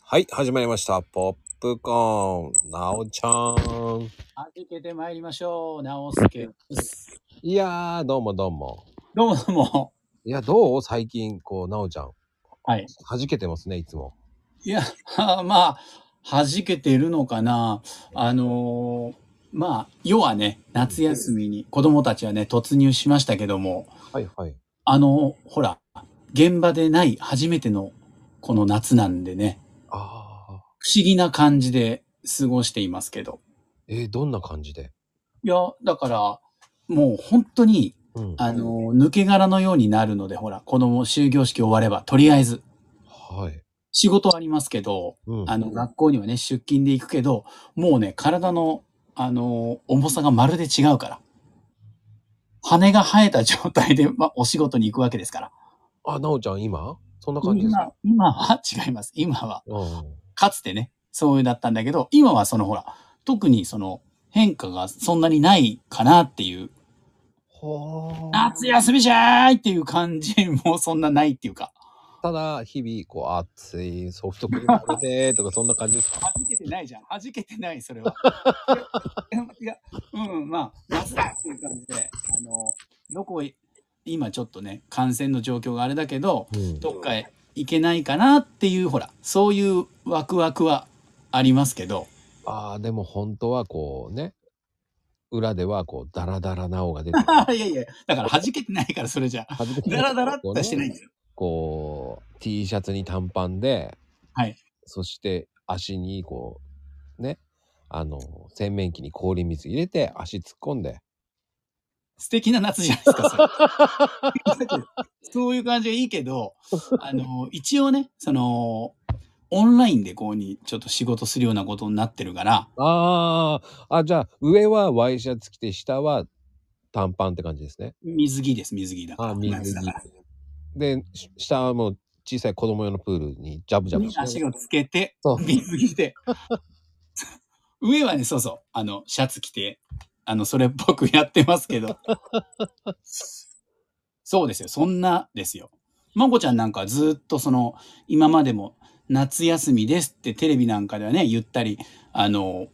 はい、始まりました。ポップコーン、なおちゃん。はじけてまいりましょう。直輔です。いやー、どうもどうも。どうもどうも。いや、どう最近、こう、なおちゃん。はい。弾けてますね、いつも。いや、 はまあ、はじけてるのかな。あのーまあ、要はね、夏休みに子供たちはね、突入しましたけども、はいはい。あのーほら、現場でない初めてのこの夏なんでね、あー。不思議な感じで過ごしていますけど。えー、どんな感じでいや、だから、もう本当に、うん。あのー抜け殻のようになるので、ほら、子供終業式終われば、とりあえず、はい。仕事はありますけど、うん。あの、学校にはね、出勤で行くけど、もうね、体の、あの、重さがまるで違うから。羽が生えた状態で、 まあ、お仕事に行くわけですから。あ、なおちゃん、今そんな感じですか今、今は 違います。今は、うん。かつてね、そうだったんだけど、今はそのほら、特にその、変化がそんなにないかなっていう、ほー。夏休みじゃーいっていう感じもそんなないっていうか、ただ、日々、こう、熱いソフトクリーム食べて、とか、そんな感じですか弾けてないじゃん。弾けてない、それは。いや、いやうん、まあ、夏だっていう感じで、あの、どこへ、今ちょっとね、感染の状況があれだけど、うん。どっかへ行けないかなっていう、ほら、そういうワクワクはありますけど、あー、でも本当は、こうね、裏では、こう、ダラダラなおが出てくる。あ いやいや、だから弾けてないから、それじゃ。弾けて ダラダラっとしてないんだよ。こう T シャツに短パンで、はいそして足にこうねあの洗面器に氷水入れて足突っ込んで素敵な夏じゃないですか、それ。 そういう感じがいいけど、あの、一応ね、その、オンラインでこうにちょっと仕事するようなことになってるから、あーあじゃあ上はワイシャツ着て下は短パンって感じですね水着です、水着だから。あー水夏着だからでし下はもう小さい子供用のプールにジャブジャブにして足をつけてそう、水着で。 上はね、そうそう、あの、シャツ着て、あの、それっぽくやってますけど。 そうですよ、そんなですよ。まこちゃんなんかずっとその、今までも夏休みですってテレビなんかではね、言ったり、あの、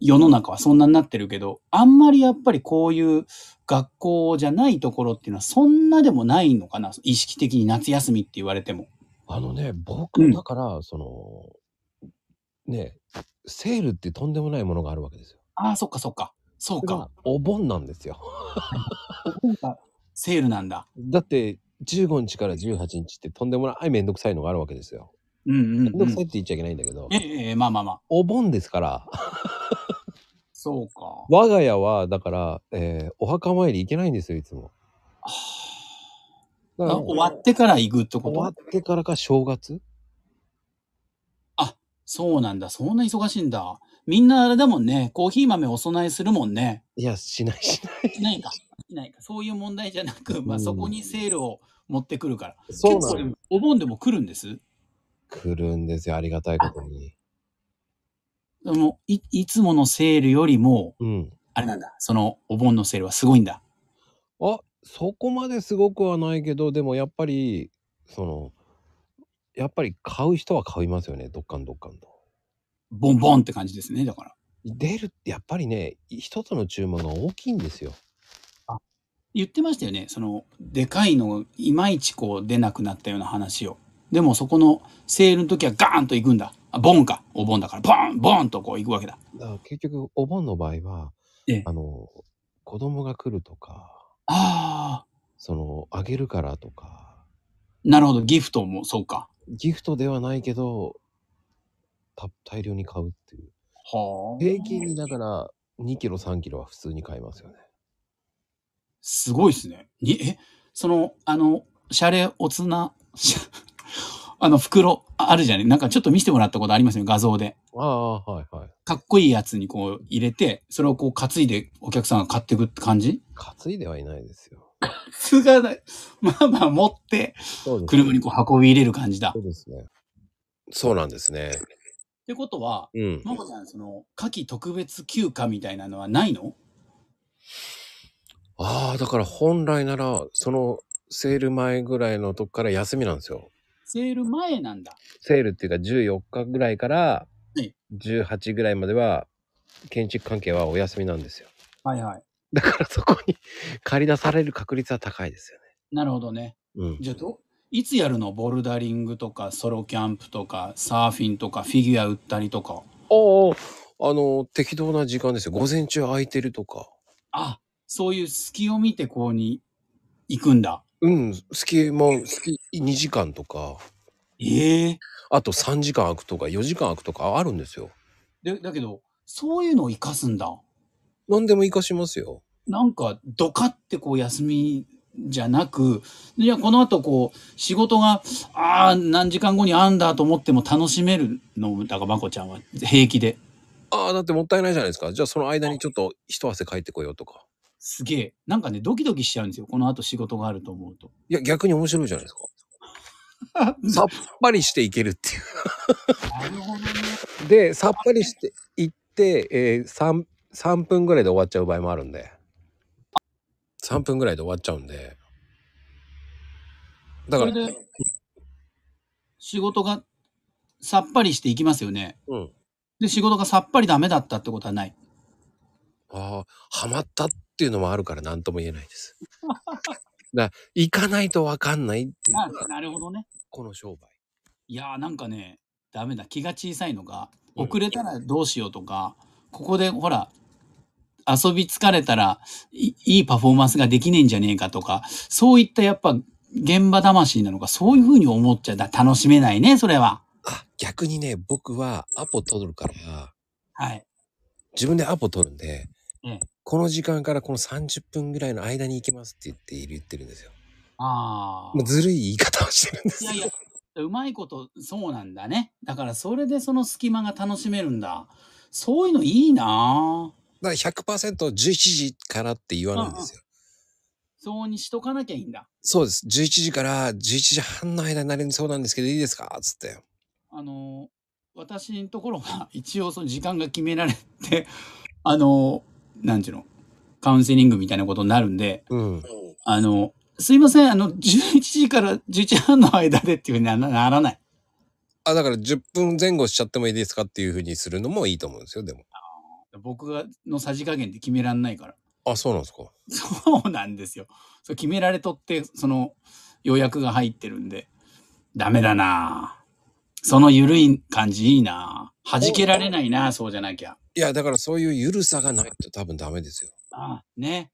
世の中はそんなになってるけど、あんまりやっぱりこういう学校じゃないところっていうのはそんなでもないのかな意識的に夏休みって言われても。あのねう僕んだから、そのねセールってとんでもないものがあるわけですよああ、そっかそっか。そうそれかが。お盆なんですよなんかセールなんだ。だって15日から18日ってとんでもないめんどくさいのがあるわけですよ。うんうん、めんどうくんさい。って言っちゃいけないんだけど、ええええ、まあまあまあ。お盆ですから、 そうか。我が家はだから、えーお墓参り行けないんですよ、いつも。だからあ終わってから行くってこ終わっとてからか正月そうなんだ。そんな忙しいんだ。みんなあれだもんね。コーヒー豆お供えするもんね。いや、しないしない。しないか。しないか。そういう問題じゃなく、うまあんそこにセールを持ってくるから。そう 結構なでの。もお盆でも来るんです来るんですよ、ありがたいことに。でもいいつものセールよりも、うん。あれなんだ。そのお盆のセールはすごいんだ。あそこまですごくはないけど、でもやっぱり、その、やっぱり買う人は買いますよね、どっかんどっかんと。ボンボンって感じですね。だから。出るってやっぱりね一つの注文が大きいんですよ言ってましたよねそのでかいのいまいちこう出なくなったような話をでもそこのセールの時はガーンと行くんだあボンかお盆だからボンボンとこう行くわけだだから結局お盆の場合は、ええあの子供が来るとかああそのあげるからとかなるほどギフトもそうかギフトではないけどた大量に買うっていうは平均だから2キロ3キロは普通に買いますよねすごいですねにえそのあのシャレおつな シャあの袋あるじゃねなんかちょっと見せてもらったことありますね画像でああはいはいかっこいいやつにこう入れてそれをこう担いでお客さんが買ってくって感 じ担いではいないですよすがないまあまあ持ってそうです車にこう運び入れる感じだ。そっうですねそうなんですねてことは、うんもこちゃん、その、夏季特別休暇みたいなのはないのああだから本来ならそのセール前ぐらいのとこから休みなんですよセール前なんだ。セールっていうか14日ぐらいからはい18ぐらいまでは建築関係はお休みなんですよ。はいはい。だからそこに借り出される確率は高いですよなるほどね。ね。じゃあど、いつやるのボルダリングとか、ソロキャンプとか、サーフィンとか、フィギュア売ったりとか。うん。ああ、あの、適当な時間ですよ。午前中空いてるとか。あ、そういう隙を見てこうに行くんだ。うん、隙間、隙2時間とか、ええあと3時間空くとか4時間空くとかあるんですよ。で、だけど、そういうのを活かすんだ。何でも活かしますよ。なんか、ドカってこう休みじゃなく、いや、この後こう、仕事が、ああ、何時間後にあんだと思っても楽しめるの、だから、まこちゃんは平気で。ああ、だってもったいないじゃないですか。じゃあその間にちょっと一汗かいてこようとか。すげえ。なんかね、ドキドキしちゃうんですよ。この後仕事があると思 うと。いや、逆に面白いじゃないですか。さっぱりしていけるっていう。なるほどね。でさっぱりしていって、え 3, 3分ぐらいで終わっちゃう場合もあるんで3分ぐらいで終わっちゃうんでだそかれらで、仕事がさっぱりしていきますよね。うんで、仕事がさっぱりダメだったってことはない。ああハマったっていうのもあるから何とも言えないです だから行かないと分かんないっていうあのがなるほどね。この商売いやーなんかね、ダメだ。気が小さいのが、うん遅れたらどうしようとか、ここでほら、遊び疲れたらいいいパフォーマンスができねえんじゃねえかとか、そういったやっぱ現場魂なのか、そういうふうに思っちゃだ。楽しめないね、それは。あ逆にね僕はアポ取るからはい。自分でアポ取るんで、うんこの時間からこの30分ぐらいの間に行きますって言っている言ってるんですよああもう。ずるい言い方をしてるんですいよやいや、うまいこと、そうなんだね。だからそれでその隙間が楽しめるんだ。そういうのいいなぁだから100%、11時からって言わないんですよ。そうにしとかなきゃいいんだ。そうです。11時から11時半の間になりそうなんですけど、いいですかつって。あのー私のところは 一応その時間が決められて あのーなんちゅうのカウンセリングみたいなことになるんでうん。あのすいませんあの11時から11時半の間でっていうふうにはなならないあ、だから10分前後しちゃってもいいですかっていうふうにするのもいいと思うんですよ、でも。僕がのさじ加減で決めらんないから あ、そうなんですか。そうなんですよそう決められとってその予約が入ってるんでダメだなぁその緩い感じいいなぁ弾けられないなぁそうじゃなきゃいや、だからそういうゆるさがないと多分ダメですよ。あね。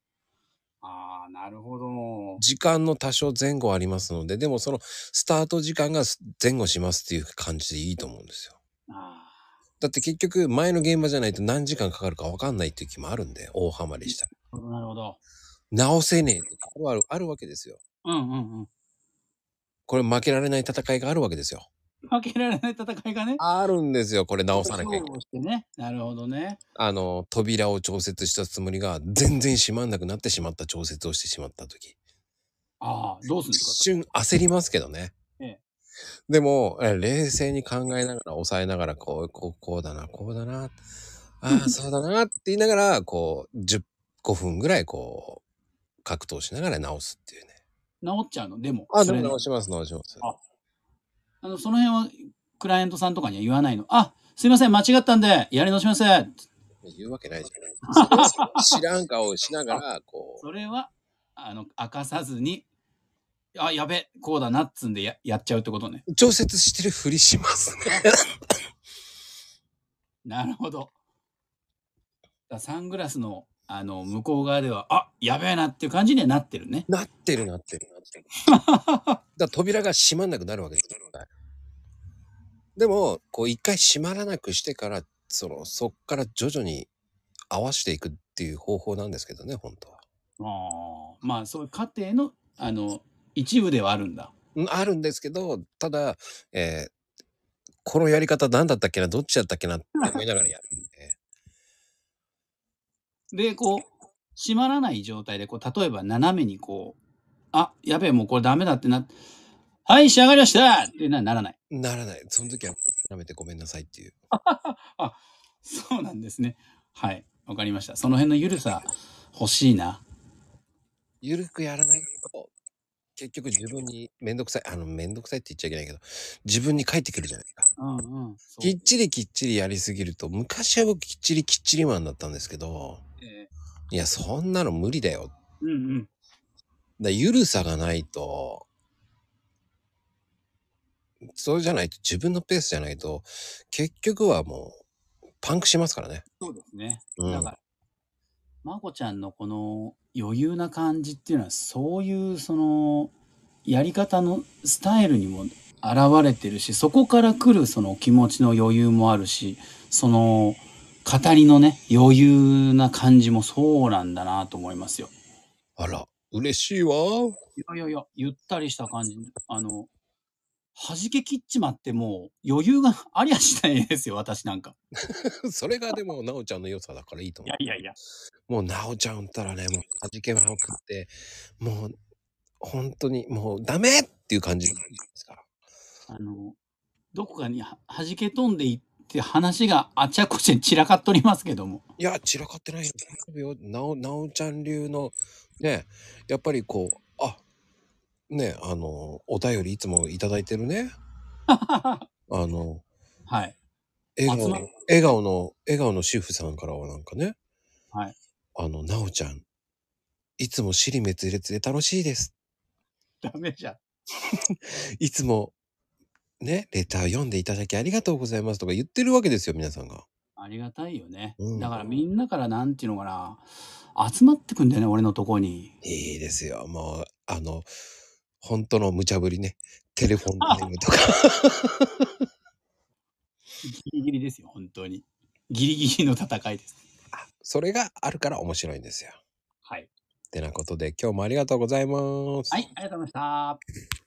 ああ、なるほど。時間の多少前後ありますので、でもそのスタート時間が前後しますっていう感じでいいと思うんですよ。あだって結局前の現場じゃないと何時間かかるか分かんないっていう気もあるんで、大ハマりしたら。あ、なるほど。直せねえってあるあるあるわけですよ。うんうんこれ負けられない戦いがあるわけですよ。うん。負けられない戦いがね。あるんですよ。これ直さなきゃいけない。勝負をしてね。なるほどね。あの、扉を調節したつもりが全然閉まんなくなってしまった調節をしてしまった時。ああ、どうするんで一す瞬焦りますけどね。ええでも、え冷静に考えながら、抑えながら、こう、こう、こうだな、こうだな、 ああ、そうだなって言いながら、こう、10、5分ぐらい、こう、格闘しながら直すっていうね。か治っちゃうのでも。あ、そでもれ直します、直します。ああのその辺は、クライアントさんとかには言わないの。あ、すいません、間違ったんで、やり直します。言うわけないじゃない。 それを知らん顔をしながら、こう。それは、あの、明かさずに、あ、やべ、こうだなっつんでややっちゃうってことね。調節してるふりしますね。なるほど。だサングラスのあの向こう側では、あやべえなっていう感じにはなってるね。なってるなってるなってる。だから扉が閉まんなくなるわけですよ。でも、こう一回閉まらなくしてから、その、そっから徐々に合わしていくっていう方法なんですけどね、本当は。あーまあそういう過程のあの一部ではあるんだ。うんあるんですけど、ただ、えーこのやり方何だったっけな、どっちだったっけなって思いながらやるんで。でこう閉まらない状態でこう例えば斜めにこうあやべえもうこれダメだってなっはい仕上がりましたってなならない。ならない。その時は改めてごめんなさいっていう。そうなんですね。はいわかりました。その辺のゆるさ欲しいな。ゆるくやらないと、結局自分にめんどくさい、あの、めんどくさいって言っちゃいけないけど、自分に返ってくるじゃないか。うんうん。そうきっちりきっちりやりすぎると、昔は僕きっちりきっちりマンだったんですけど、えいや、そんなの無理だよ。ーうんうん。だからゆるさがないと、それじゃないと、自分のペースじゃないと、結局はもう、パンクしますからね。そうですね。うん。だから、まこちゃんのこの余裕な感じっていうのは、そういうその、やり方のスタイルにも現れてるし、そこから来るその気持ちの余裕もあるし、その、語りのね、余裕な感じもそうなんだなと思いますよ。あら、嬉しいわ。 いやいやいや、ゆったりした感じ。あの、弾け切っちまってもう余裕が ありゃしないですよ、私なんか。それがでも、なおちゃんの良さだからいいとい思やいやいや。う。もう、なおちゃんったらね、もう、弾けばよくって、もう、本当に、もう、ダメっていう感じですから。あの、どこかには弾け飛んでいって話があちゃこちゃに散らかっとりますけども。いや、散らかってないよ。大丈夫よ。なお、なおちゃん流の、ね、やっぱりこう、あ、ね、あの、お便りいつもいただいてる ね。あの、はい。笑顔集まるの、笑顔の、笑顔の主婦さんからはなんかね、はい。あの、なおちゃん、いつも尻滅裂で楽しいです。ダメじゃん。いつも、ね、レター読んでいただきありがとうございますとか言ってるわけですよ、皆さんが。ありがたいよね。うんだからみんなからなんていうのかな、集まってくんだよね、俺のとこに。いいですよ、もう、あの、本当の無茶ぶりね。テレフォンネームとか。ギリギリですよ、本当に。ギリギリの戦いです。それがあるから面白いんですよ。はい。てなことで今日もありがとうございます。はい、ありがとうございました。